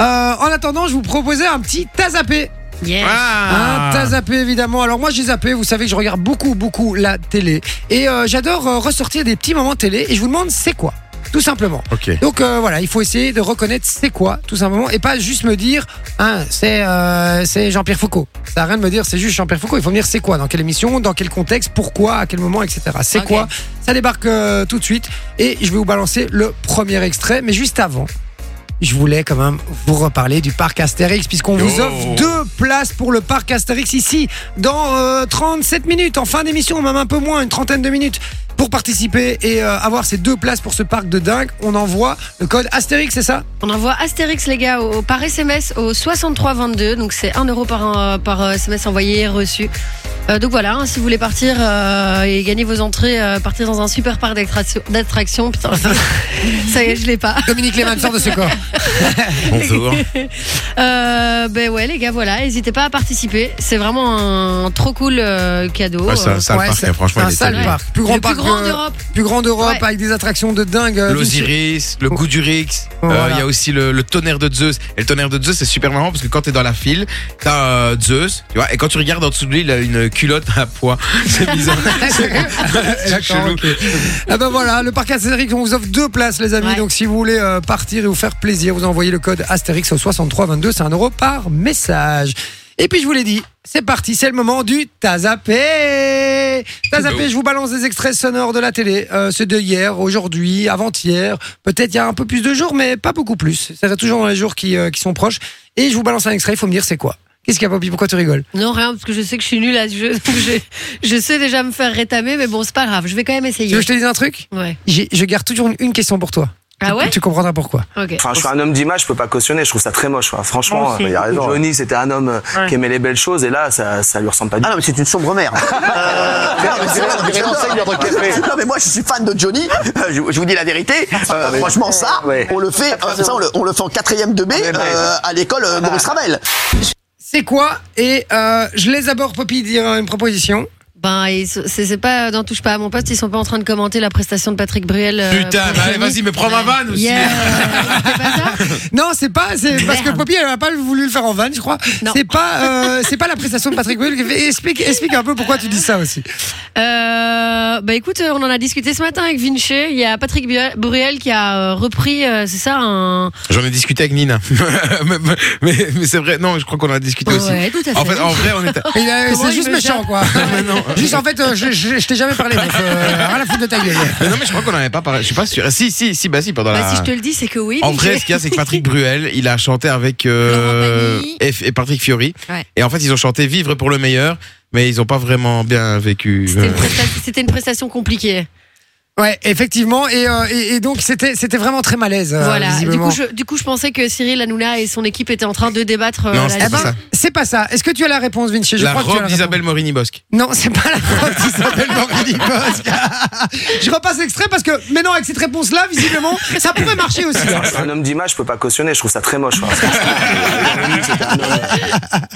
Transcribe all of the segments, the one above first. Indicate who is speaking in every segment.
Speaker 1: Euh, en attendant, je vous proposais un petit tazapé.
Speaker 2: Yes.
Speaker 3: Ah.
Speaker 1: Un tazapé, évidemment. Alors, moi, j'ai zappé. Vous savez que je regarde beaucoup, beaucoup la télé. Et euh, j'adore euh, ressortir des petits moments télé. Et je vous demande, c'est quoi Tout simplement.
Speaker 2: Ok.
Speaker 1: Donc, euh, voilà, il faut essayer de reconnaître c'est quoi, tout simplement. Et pas juste me dire, hein, c'est euh, c'est Jean-Pierre Foucault. Ça n'a rien de me dire, c'est juste Jean-Pierre Foucault. Il faut me dire, c'est quoi Dans quelle émission Dans quel contexte Pourquoi À quel moment Etc. C'est
Speaker 2: Ok.
Speaker 1: quoi Ça débarque euh, tout de suite. Et je vais vous balancer le premier extrait. Mais juste avant je voulais quand même vous reparler du parc Astérix, puisqu'on
Speaker 2: Yo.
Speaker 1: vous offre deux places pour le parc Astérix ici, dans euh, 37 minutes, en fin d'émission, même un peu moins, une trentaine de minutes. Pour participer et euh, avoir ces deux places pour ce parc de dingue, on envoie le code Astérix, c'est ça
Speaker 3: On envoie Astérix, les gars, au, par SMS au 6322. Donc, c'est 1 euro par, euh, par euh, SMS envoyé et reçu. Euh, donc voilà, hein, si vous voulez partir euh, et gagner vos entrées, euh, partir dans un super parc d'attraction- d'attractions. Putain, ça y est, je l'ai pas.
Speaker 1: Dominique Lehmann sort de ce corps.
Speaker 2: Bonjour.
Speaker 3: Euh, ben ouais, les gars, voilà, n'hésitez pas à participer. C'est vraiment un trop cool euh, cadeau.
Speaker 2: Ouais, c'est un
Speaker 3: Euh,
Speaker 2: sale
Speaker 1: Ouais,
Speaker 2: parc,
Speaker 1: Ah, c'est-
Speaker 2: hein, franchement.
Speaker 1: c'est un
Speaker 2: il est
Speaker 1: sale
Speaker 2: terrible.
Speaker 1: parc. Plus
Speaker 3: le
Speaker 1: grand
Speaker 3: plus
Speaker 1: parc
Speaker 3: grand
Speaker 1: de-
Speaker 3: d'Europe.
Speaker 1: plus grand d'Europe
Speaker 3: Ouais.
Speaker 1: avec des attractions de dingue. euh,
Speaker 2: L'Osiris, le coup du Rix, euh, il
Speaker 1: Voilà.
Speaker 2: y a aussi le, le tonnerre de Zeus. Et le tonnerre de Zeus, c'est super marrant parce que quand t'es dans la file, t'as euh, Zeus, tu vois, et quand tu regardes en dessous de lui, il a une culotte à poids. C'est bizarre. C'est
Speaker 1: D'accord,
Speaker 2: chelou.
Speaker 1: ok.
Speaker 3: Euh,
Speaker 1: Ah ben voilà, le parc Astérix, on vous offre deux places, les amis.
Speaker 3: Ouais.
Speaker 1: Donc si vous voulez euh, partir et vous faire plaisir, vous envoyez le code Astérix au 6322, c'est un euro par message. Et puis je vous l'ai dit, c'est parti, c'est le moment du Tazapé. Tazapé,
Speaker 2: Hello.
Speaker 1: je vous balance des extraits sonores de la télé. Euh, c'est de hier, aujourd'hui, avant-hier. Peut-être il y a un peu plus de jours, mais pas beaucoup plus. Ça va toujours dans les jours qui, euh, qui sont proches. Et je vous balance un extrait, il faut me dire c'est quoi. Qu'est-ce qu'il y a, Poppy Pourquoi tu rigoles
Speaker 3: Non, rien, parce que je sais que je suis nulle à ce jeu. Donc je, je sais déjà me faire rétamer, mais bon, c'est pas grave, je vais quand même
Speaker 1: Tu veux
Speaker 3: essayer.
Speaker 1: que je te dise un truc
Speaker 3: Ouais.
Speaker 1: J'ai- Je garde toujours une- une question pour toi.
Speaker 3: Ah ouais
Speaker 1: Tu comprendras pourquoi.
Speaker 3: Ok.
Speaker 4: Enfin, je suis un homme d'image, je peux pas cautionner. Je trouve ça très moche. quoi. Franchement,
Speaker 5: Moi aussi.
Speaker 4: euh, il a raison. Johnny, c'était un homme euh, qui aimait les belles choses, et là, ça, ça lui ressemble pas du
Speaker 5: Ah
Speaker 4: tout.
Speaker 5: non, mais c'est une sombre merde. Euh, Non, mais moi, je suis fan de Johnny. Euh, Je, je vous dis la vérité. Euh, franchement, ça,
Speaker 4: Ah, Ouais. Ah,
Speaker 5: on le fait, euh, ça, on le, on le fait en quatrième de B
Speaker 4: Ouais, ouais.
Speaker 5: euh, à l'école euh, Maurice Ravel.
Speaker 1: c'est quoi Et euh, je laisse d'abord Poppy dire euh, une proposition.
Speaker 3: Ben, ils sont- c'est c'est pas, n'en touche pas à mon poste, ils sont pas en train de commenter la prestation de Patrick Bruel. euh,
Speaker 2: Putain,
Speaker 3: pour
Speaker 2: bah, allez,
Speaker 3: Johnny.
Speaker 2: vas-y, mais prends ma vanne aussi.
Speaker 3: Yeah. C'est pas ça
Speaker 1: Non, c'est pas, c'est parce que
Speaker 3: Merde.
Speaker 1: Poppy elle n'a pas voulu le faire en vanne, je crois.
Speaker 3: Non.
Speaker 1: C'est pas, euh, c'est pas la prestation de Patrick Bruel. qui fait- Explique, explique un peu pourquoi tu dis ça aussi.
Speaker 3: Euh, bah écoute, euh, on en a discuté ce matin avec Vinci. Il y a Patrick Bia- Bruel qui a euh, repris, euh, c'est ça, un.
Speaker 2: J'en ai discuté avec Nina. mais mais- mais c'est vrai, non, je crois qu'on en a discuté aussi.
Speaker 3: Ouais, tout à fait.
Speaker 2: En fait, en vrai, on était.
Speaker 1: Et, euh,
Speaker 3: Comment
Speaker 1: c'est
Speaker 3: il
Speaker 1: juste
Speaker 3: me
Speaker 1: méchant,
Speaker 3: gère
Speaker 1: quoi.
Speaker 2: Mais non.
Speaker 1: Juste en fait, euh, je, je- je t'ai jamais parlé. Donc, euh, rien à foutre de ta gueule.
Speaker 2: Mais non, mais je crois qu'on en avait pas parlé. Je suis pas sûr. Si, si, si, bah si, pendant la.
Speaker 3: Bah, si je te le dis, c'est que oui.
Speaker 2: En
Speaker 3: mais
Speaker 2: vrai,
Speaker 3: j'ai-
Speaker 2: ce qu'il y a, c'est que Patrick Bruel, il a chanté avec euh,
Speaker 3: Laurent Pagny.
Speaker 2: et, et Patrick Fiori.
Speaker 3: Ouais.
Speaker 2: Et en fait, ils ont chanté Vivre pour le meilleur, mais ils ont pas vraiment bien vécu.
Speaker 3: C'était
Speaker 2: Euh,
Speaker 3: une, presta- c'était une prestation compliquée.
Speaker 1: Ouais, effectivement. Et, euh, et, et donc c'était, c'était vraiment très malaise. euh,
Speaker 3: voilà. Du
Speaker 1: visiblement.
Speaker 3: coup, je, du coup, je pensais que Cyril Hanouna et son équipe étaient en train de débattre. euh,
Speaker 2: Non,
Speaker 3: là-dessus.
Speaker 1: Eh
Speaker 2: c'est
Speaker 1: ben,
Speaker 2: pas ça.
Speaker 1: c'est pas ça. Est-ce que tu as la réponse, Vinci Je
Speaker 2: La
Speaker 1: crois que tu as
Speaker 2: robe
Speaker 1: la réponse.
Speaker 2: d'Isabelle Morini-Bosque.
Speaker 1: Non, c'est pas la preuve qui s'appelle Morgane Bosque. Je repasse l'extrait parce que maintenant, avec cette réponse-là, visiblement, ça pourrait marcher aussi. hein.
Speaker 4: Je suis un homme d'image, je peux pas cautionner. Je trouve ça très moche. quoi. Franchement, euh, Johnny, c'était un homme-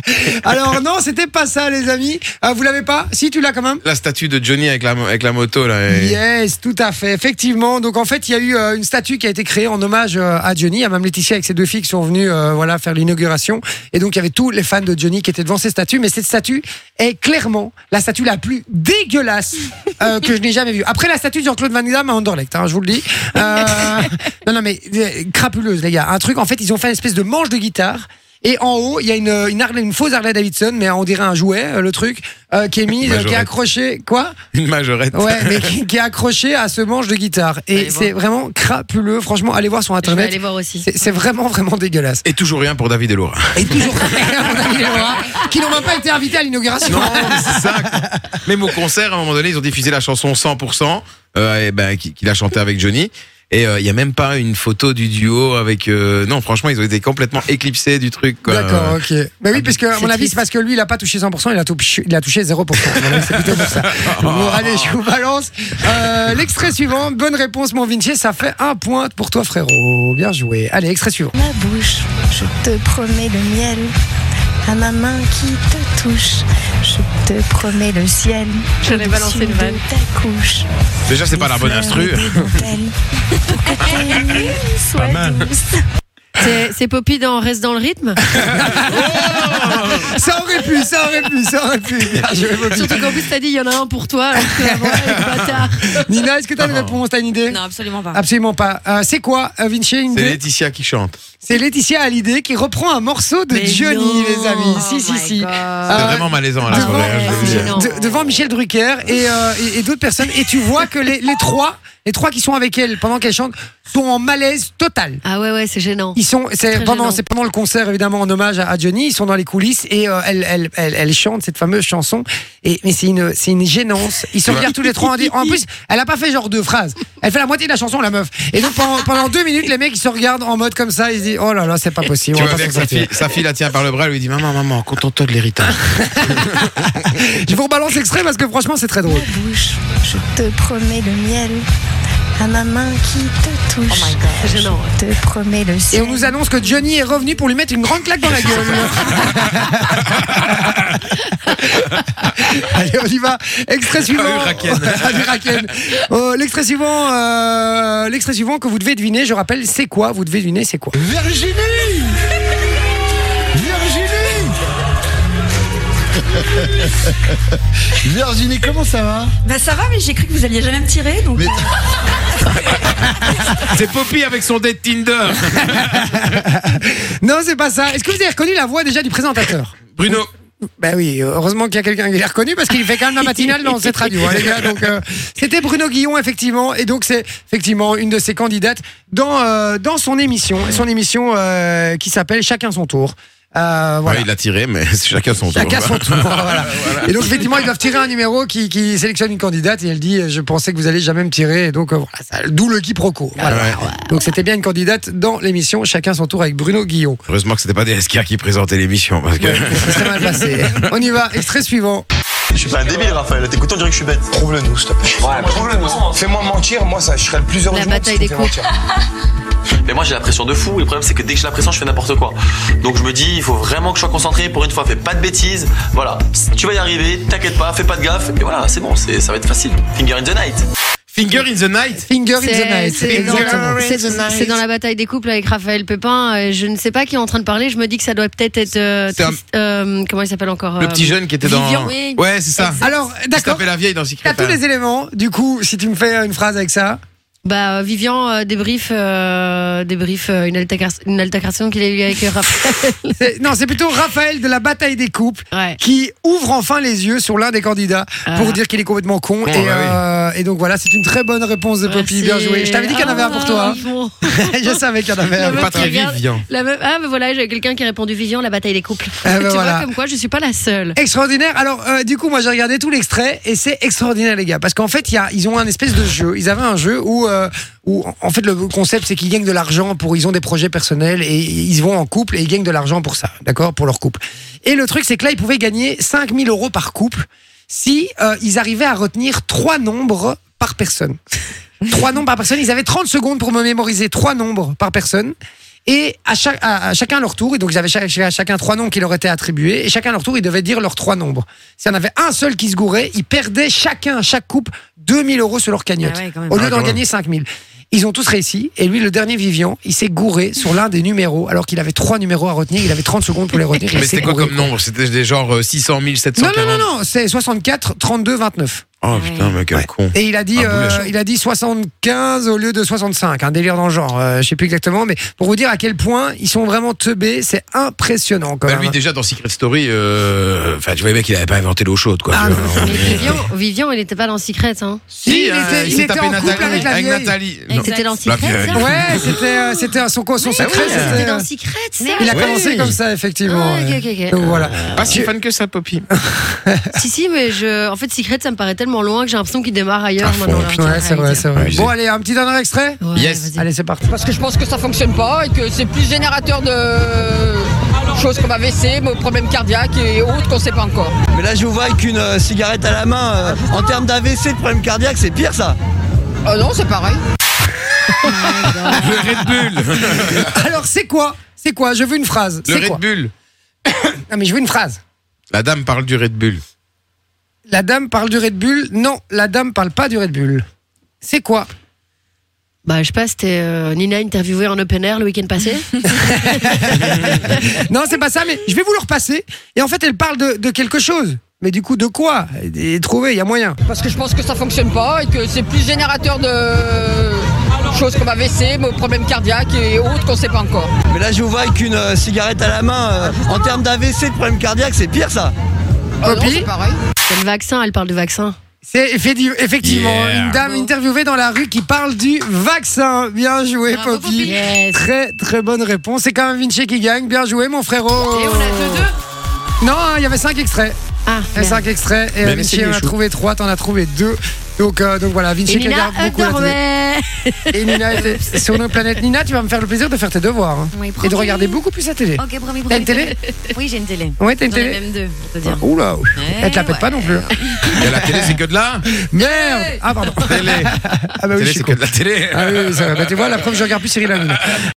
Speaker 1: Alors, non, c'était pas ça, les amis. Euh, vous l'avez pas Si, tu l'as quand même
Speaker 2: La statue de Johnny avec la, mo- avec la moto, là. et-
Speaker 1: Yes, tout à fait. Effectivement. Donc en fait, il y a eu euh, une statue qui a été créée en hommage euh, à Johnny. Il y a même Laetitia avec ses deux filles qui sont venues euh, voilà faire l'inauguration. Et donc il y avait tous les fans de Johnny qui étaient devant ces statues. Mais cette statue est clairement la statue la plus dégueulasse euh, que je n'ai jamais vue. Après la statue de Jean-Claude Van Damme à Anderlecht, hein, je vous le dis. Euh, non non mais euh, crapuleuse les gars. Un truc. En fait, ils ont fait une espèce de manche de guitare. Et en haut, il y a une, une, Harley- une fausse Harley Davidson, mais on dirait un jouet, euh, le truc, euh, qui est mis, euh, qui est
Speaker 2: Majorette.
Speaker 1: accroché. Quoi
Speaker 2: Une majorette.
Speaker 1: Ouais, mais qui, qui est accroché à ce manche de guitare. Et
Speaker 3: Allez
Speaker 1: c'est vraiment crapuleux. Franchement, allez voir sur
Speaker 3: Je vais aller
Speaker 1: internet.
Speaker 3: voir aussi.
Speaker 1: C'est c'est vraiment, vraiment dégueulasse.
Speaker 2: Et toujours rien pour David Eloura.
Speaker 1: Et toujours, mon ami Léora, qui n'ont même pas été invités à l'inauguration. Ah,
Speaker 2: Non, mais c'est ça. Même au concert, à un moment donné, ils ont diffusé la chanson 100%, euh, et ben, qui- qu'il a chanté avec Johnny. Et euh, il y a même pas une photo du duo avec. euh, Non, franchement, ils ont été complètement éclipsés du truc. quoi.
Speaker 1: D'accord, ok. Mais oui, parce que, à
Speaker 3: Ah, C'est
Speaker 1: mon avis,
Speaker 3: triste.
Speaker 1: c'est parce que lui, il a pas touché 100%, il a, touché, il a touché 0%. À mon avis, C'est plutôt pour ça. Bon, allez, je vous balance. Euh, L'extrait suivant. Bonne réponse, mon Vinci. Ça fait un point pour toi, frérot. Bien joué. Allez, extrait suivant.
Speaker 6: Ma bouche, je te promets le miel. À ma main qui te touche, je te promets le ciel.
Speaker 3: J'allais
Speaker 6: Au-dessus
Speaker 3: balancer une
Speaker 6: de
Speaker 3: vanne.
Speaker 6: Ta couche.
Speaker 2: Déjà, c'est pas
Speaker 6: Les
Speaker 2: la bonne
Speaker 6: fleurs
Speaker 2: instru.
Speaker 6: et des dentelles, Pour que tes nuits soient douces.
Speaker 3: C'est c'est Poppy dans Reste dans le rythme.
Speaker 1: Ça aurait pu, ça aurait pu, ça aurait pu. Bien joué, Bobby.
Speaker 3: Surtout qu'en plus, t'as dit, il y en a un pour toi. Alors que, voilà, le bâtard.
Speaker 1: Nina, est-ce que t'as
Speaker 3: Ah.
Speaker 1: une réponse T'as une idée
Speaker 7: Non, absolument pas.
Speaker 1: Absolument pas. Euh, c'est quoi, euh, Vinci une
Speaker 2: C'est
Speaker 1: idée
Speaker 2: Laetitia qui chante.
Speaker 1: C'est Laetitia Hallyday qui reprend un morceau de
Speaker 7: Mais
Speaker 1: Johnny,
Speaker 7: non.
Speaker 1: les amis. si,
Speaker 7: Oh
Speaker 1: si,
Speaker 7: my
Speaker 1: si.
Speaker 7: God.
Speaker 2: C'est
Speaker 1: Euh,
Speaker 2: vraiment malaisant à la
Speaker 1: devant-
Speaker 2: soirée. hein, je vais vous dire.
Speaker 7: Non.
Speaker 1: de- devant Michel Drucker et, euh, et- et d'autres personnes. Et tu vois que les, les trois, les trois qui sont avec elle pendant qu'elle chante, sont en malaise total.
Speaker 3: Ah ouais, ouais, c'est gênant.
Speaker 1: Ils sont, c'est
Speaker 3: très
Speaker 1: pendant,
Speaker 3: gênant.
Speaker 1: c'est pendant le concert évidemment en hommage à, à Johnny. Ils sont dans les coulisses et euh, elle, elle, elle, elle chante cette fameuse chanson. Et mais c'est une, c'est une gênance. Ils se regardent tous les trois. en disant- En plus, elle a pas fait genre deux phrases. Elle fait la moitié de la chanson, la meuf. Et donc pendant, pendant deux minutes, les mecs ils se regardent en mode comme ça. Ils se disent oh là là, c'est pas possible.
Speaker 2: Tu
Speaker 1: on va pas
Speaker 2: vois bien que
Speaker 1: s'en
Speaker 2: sa
Speaker 1: sortir.
Speaker 2: fille, sa fille la tient par le bras, elle lui dit Maman, maman, contente-toi de l'héritage.
Speaker 1: Je vous rebalance l'extrait parce que franchement, c'est très drôle.
Speaker 6: bouche, je te promets le miel. À ma main qui te touche,
Speaker 3: Oh C'est gênant. ouais.
Speaker 6: je te promets le ciel.
Speaker 1: Et on nous annonce que Johnny est revenu pour lui mettre une grande claque dans la gueule. Allez, on y va. Extrait suivant.
Speaker 2: Ah, du Raken.
Speaker 1: Ah, du Raken. Euh, L'extrait suivant, euh, l'extrait suivant que vous devez deviner. Je rappelle, c'est quoi Vous devez deviner, c'est quoi
Speaker 8: Virginie Virginie Virginie, comment ça va
Speaker 7: Bah ça va, mais j'ai cru que vous alliez jamais me tirer, donc.
Speaker 8: Mais-
Speaker 2: C'est Poppy avec son date Tinder.
Speaker 1: Non, c'est pas ça. Est-ce que vous avez reconnu la voix déjà du présentateur
Speaker 2: Bruno.
Speaker 1: Ben oui, heureusement qu'il y a quelqu'un qui l'a reconnu parce qu'il fait quand même la matinale dans cette radio, hein, les gars. Donc euh, c'était Bruno Guillon effectivement, et donc c'est effectivement une de ses candidates dans euh, dans son émission, son émission euh, qui s'appelle Chacun son tour. Euh, voilà.
Speaker 2: Ouais, il l'a tiré, mais c'est chacun son tour.
Speaker 1: Chacun son tour. voilà. Et donc, effectivement, ils doivent tirer un numéro qui, qui sélectionne une candidate et elle dit euh, Je pensais que vous allez jamais me tirer. Et donc, euh, voilà, ça- d'où le quiproquo. Voilà.
Speaker 2: Ouais.
Speaker 1: Donc, c'était bien une candidate dans l'émission Chacun son tour avec Bruno Guillon.
Speaker 2: Heureusement que c'était pas des SK qui présentait l'émission parce que.
Speaker 1: Ça serait mal passé. On y va, extrait suivant.
Speaker 5: Je suis pas un débile, Raphaël. T'écoutes, on dirait que je suis bête. Prouve-le nous, s'il te plaît.
Speaker 9: Ouais, prouve-le-nous. Fais-moi mentir, moi ça, je serais le plus heureux
Speaker 3: La
Speaker 9: du monde
Speaker 3: bataille
Speaker 9: si tu
Speaker 3: des
Speaker 9: me fais
Speaker 3: coups.
Speaker 9: mentir.
Speaker 10: Mais moi j'ai la pression de fou, et le problème c'est que dès que j'ai la pression je fais n'importe quoi. Donc je me dis il faut vraiment que je sois concentré pour une fois, fais pas de bêtises, voilà, tu vas y arriver, t'inquiète pas, fais pas de gaffe, et voilà, c'est bon, c'est- ça va être facile. Finger in the night.
Speaker 2: Finger in the night.
Speaker 1: Finger in the
Speaker 3: C'est-
Speaker 1: night.
Speaker 3: C'est dans,
Speaker 1: Exactement.
Speaker 3: c'est- c'est dans la bataille des couples avec Raphaël Pépin. euh, Je ne sais pas qui est en train de parler. Je me dis que ça doit peut-être être. euh,
Speaker 2: C'est un-
Speaker 3: Trist- euh, comment il s'appelle encore
Speaker 2: Le
Speaker 3: euh,
Speaker 2: petit jeune qui était dans.
Speaker 3: Vivian, oui.
Speaker 2: Ouais, c'est ça.
Speaker 1: Alors,
Speaker 2: Il se
Speaker 1: d'accord.
Speaker 2: tapait la vieille dans
Speaker 1: T'as
Speaker 2: Secret.
Speaker 1: tous les éléments. Du coup, si tu me fais une phrase avec ça.
Speaker 3: Bah, euh, Vivian euh, débrief, euh, débrief euh, une, altercation, une altercation qu'il a eu avec euh, Raphaël.
Speaker 1: C'est- Non, c'est plutôt Raphaël de la bataille des couples.
Speaker 3: ouais.
Speaker 1: qui ouvre enfin les yeux sur l'un des candidats pour
Speaker 3: Ah.
Speaker 1: dire qu'il est complètement con.
Speaker 2: bah
Speaker 1: et, euh, et donc voilà, c'est une très bonne réponse de Poppy.
Speaker 3: Merci.
Speaker 1: Bien joué. Je t'avais dit qu'il y en avait un pour toi. hein.
Speaker 3: Ah, bon.
Speaker 1: Je savais qu'il y en avait un.
Speaker 3: La meuf
Speaker 2: Pas très
Speaker 3: qui regarde-
Speaker 2: Vivian.
Speaker 3: La meuf- Ah, ben voilà, j'ai quelqu'un qui a répondu Vivian, la bataille des couples.
Speaker 1: Ah, ben
Speaker 3: tu
Speaker 1: voilà.
Speaker 3: vois, comme quoi, je suis pas la seule.
Speaker 1: Extraordinaire. Alors, euh, du coup, moi, j'ai regardé tout l'extrait et c'est extraordinaire, les gars. Parce qu'en fait, il y a, ils ont un espèce de jeu. Ils avaient un jeu où, euh, où en- en fait, le concept, c'est qu'ils gagnent de l'argent pour. Ils ont des projets personnels et ils vont en couple et ils gagnent de l'argent pour ça, d'accord Pour leur couple. Et le truc, c'est que là, ils pouvaient gagner 5000 euros par couple si euh, ils arrivaient à retenir trois nombres par personne. trois nombres par personne. Ils avaient 30 secondes pour me mémoriser trois nombres par personne. Et à, chaque, à, à chacun leur tour, et donc ils avaient cha- cha- chacun trois noms qui leur étaient attribués, et chacun leur tour, ils devaient dire leurs trois nombres. S'il y en avait un seul qui se gourait, ils perdaient chacun, chaque couple, 2000 euros sur leur cagnotte.
Speaker 7: Ah ouais, quand même.
Speaker 1: au lieu
Speaker 2: Ah,
Speaker 1: d'en
Speaker 2: quand même.
Speaker 1: gagner 5000. Ils ont tous réussi, et lui, le dernier Vivian, il s'est gouré sur l'un des numéros, alors qu'il avait trois numéros à retenir, il avait 30 secondes pour les retenir. il
Speaker 2: Mais
Speaker 1: s'est
Speaker 2: c'était quoi
Speaker 1: gouré.
Speaker 2: comme nombre C'était des genre euh, 600 000, 700
Speaker 1: Non, non, non, non, c'est 64, 32, 29.
Speaker 2: Oh putain, mais quel con.
Speaker 1: Et il a dit,
Speaker 2: Un boulet
Speaker 1: euh,
Speaker 2: chaud.
Speaker 1: il a dit 75 au lieu de 65, un délire dans le genre. euh, je sais plus exactement, mais pour vous dire à quel point ils sont vraiment teubés, c'est impressionnant quand
Speaker 2: Bah,
Speaker 1: même.
Speaker 2: lui, déjà dans Secret Story, euh, enfin, tu vois, le mec, il avait pas inventé l'eau chaude, quoi.
Speaker 1: Ah,
Speaker 2: Tu vois,
Speaker 1: non.
Speaker 2: on
Speaker 3: Mais
Speaker 2: est-
Speaker 3: Vivian, Vivian, elle n'était pas dans Secret, hein.
Speaker 1: Si, il
Speaker 2: euh,
Speaker 1: était, il
Speaker 2: s'est
Speaker 1: était
Speaker 2: tapé
Speaker 1: en couple
Speaker 2: Nathalie-
Speaker 1: avec la vieille.
Speaker 2: Nathalie. Ah Non.
Speaker 3: C'était dans
Speaker 2: La
Speaker 3: Secret,
Speaker 2: vieille.
Speaker 3: ça
Speaker 1: Ouais, c'était euh, c'était un- son quoi, son secret.
Speaker 2: oui,
Speaker 1: c'était- euh,
Speaker 3: C'était dans Secret, ça
Speaker 1: il a
Speaker 2: Oui.
Speaker 1: commencé comme ça effectivement.
Speaker 3: Ah, ok,
Speaker 1: ouais.
Speaker 3: ok, ok.
Speaker 1: Donc voilà.
Speaker 2: Pas si fan que ça, Poppy.
Speaker 3: Si, si, mais je... en fait, Secret, ça me paraît tellement loin que j'ai l'impression qu'il démarre ailleurs
Speaker 2: À fond,
Speaker 3: maintenant. là.
Speaker 2: putain.
Speaker 1: Ah, Ouais, c'est vrai, c'est vrai.
Speaker 2: Abusé.
Speaker 1: Bon, allez, un petit dernier extrait.
Speaker 3: Ouais,
Speaker 2: Yes.
Speaker 3: vas-y.
Speaker 1: Allez, c'est parti.
Speaker 11: Parce que je pense que ça fonctionne pas et que c'est plus générateur
Speaker 7: euh,
Speaker 11: de choses comme AVC, problèmes cardiaques et autres qu'on sait pas encore.
Speaker 8: Mais là, je vous vois avec une euh, cigarette à la main. euh, en termes d'AVC, de problème cardiaque, c'est pire ça.
Speaker 11: Ah non, c'est pareil.
Speaker 2: Le Red Bull.
Speaker 1: Alors, c'est quoi C'est quoi Je veux une phrase.
Speaker 2: Le
Speaker 1: C'est quoi
Speaker 2: Red Bull.
Speaker 1: Non, mais je veux une phrase.
Speaker 2: La dame parle du Red Bull.
Speaker 1: La dame parle du Red Bull. Non, la dame parle pas du Red Bull. C'est quoi
Speaker 3: Bah, je sais pas, c'était euh, Nina interviewée en open air le week-end passé.
Speaker 1: non, c'est pas ça, mais je vais vous le repasser. Et en fait, elle parle de, de quelque chose. Mais du coup, de quoi Et et Trouvez, il y a moyen.
Speaker 11: Parce que je pense que ça fonctionne pas et que c'est plus générateur de choses comme AVC, mais problèmes cardiaques et autres qu'on sait pas encore.
Speaker 8: Mais là, je vous vois avec une euh, cigarette à la main. euh, en termes d'AVC, de problème cardiaque, c'est pire ça.
Speaker 11: Ah non, c'est pareil.
Speaker 3: Oh C'est le vaccin, elle parle de vaccin.
Speaker 1: C'est effecti- effectivement
Speaker 2: Yeah.
Speaker 1: une dame interviewée dans la rue qui parle du vaccin. Bien joué,
Speaker 3: Bravo,
Speaker 1: Poppy.
Speaker 3: Poppy. Yes.
Speaker 1: Très, très bonne réponse. C'est quand même Vinci qui gagne. Bien joué, mon frérot.
Speaker 3: Et on a 2-2.
Speaker 1: Non, hein, il y avait 5 extraits.
Speaker 3: Ah,
Speaker 1: Il y avait
Speaker 3: merde.
Speaker 1: 5 extraits. Et
Speaker 2: Même
Speaker 1: Vinci
Speaker 2: s'il est
Speaker 1: en a
Speaker 2: chaud.
Speaker 1: trouvé 3, t'en as trouvé 2. Donc, euh, donc voilà, Vinci
Speaker 3: Et
Speaker 1: qui
Speaker 3: Nina
Speaker 1: regarde beaucoup la télé.
Speaker 3: dormait.
Speaker 1: Et Nina était sur nos planètes. Nina, tu vas me faire le plaisir de faire tes devoirs. hein.
Speaker 12: Oui,
Speaker 1: et
Speaker 12: promis.
Speaker 1: de regarder beaucoup plus la télé.
Speaker 12: Ok, promis, promis.
Speaker 1: T'as une télé
Speaker 12: Oui, j'ai une télé.
Speaker 1: Ouais, t'as une
Speaker 12: J'en ai
Speaker 1: télé
Speaker 12: même deux, pour te dire.
Speaker 1: Oula, elle te la
Speaker 12: Eh
Speaker 1: pète pas non plus.
Speaker 2: Et la télé, c'est que de la
Speaker 1: Merde Ah, pardon.
Speaker 2: télé.
Speaker 1: Ah, bah oui,
Speaker 2: télé
Speaker 1: je suis
Speaker 2: c'est
Speaker 1: con.
Speaker 2: que de la télé.
Speaker 1: Ah oui, oui, ça va. Bah, tu vois, la preuve, je regarde plus Cyril Hanouna.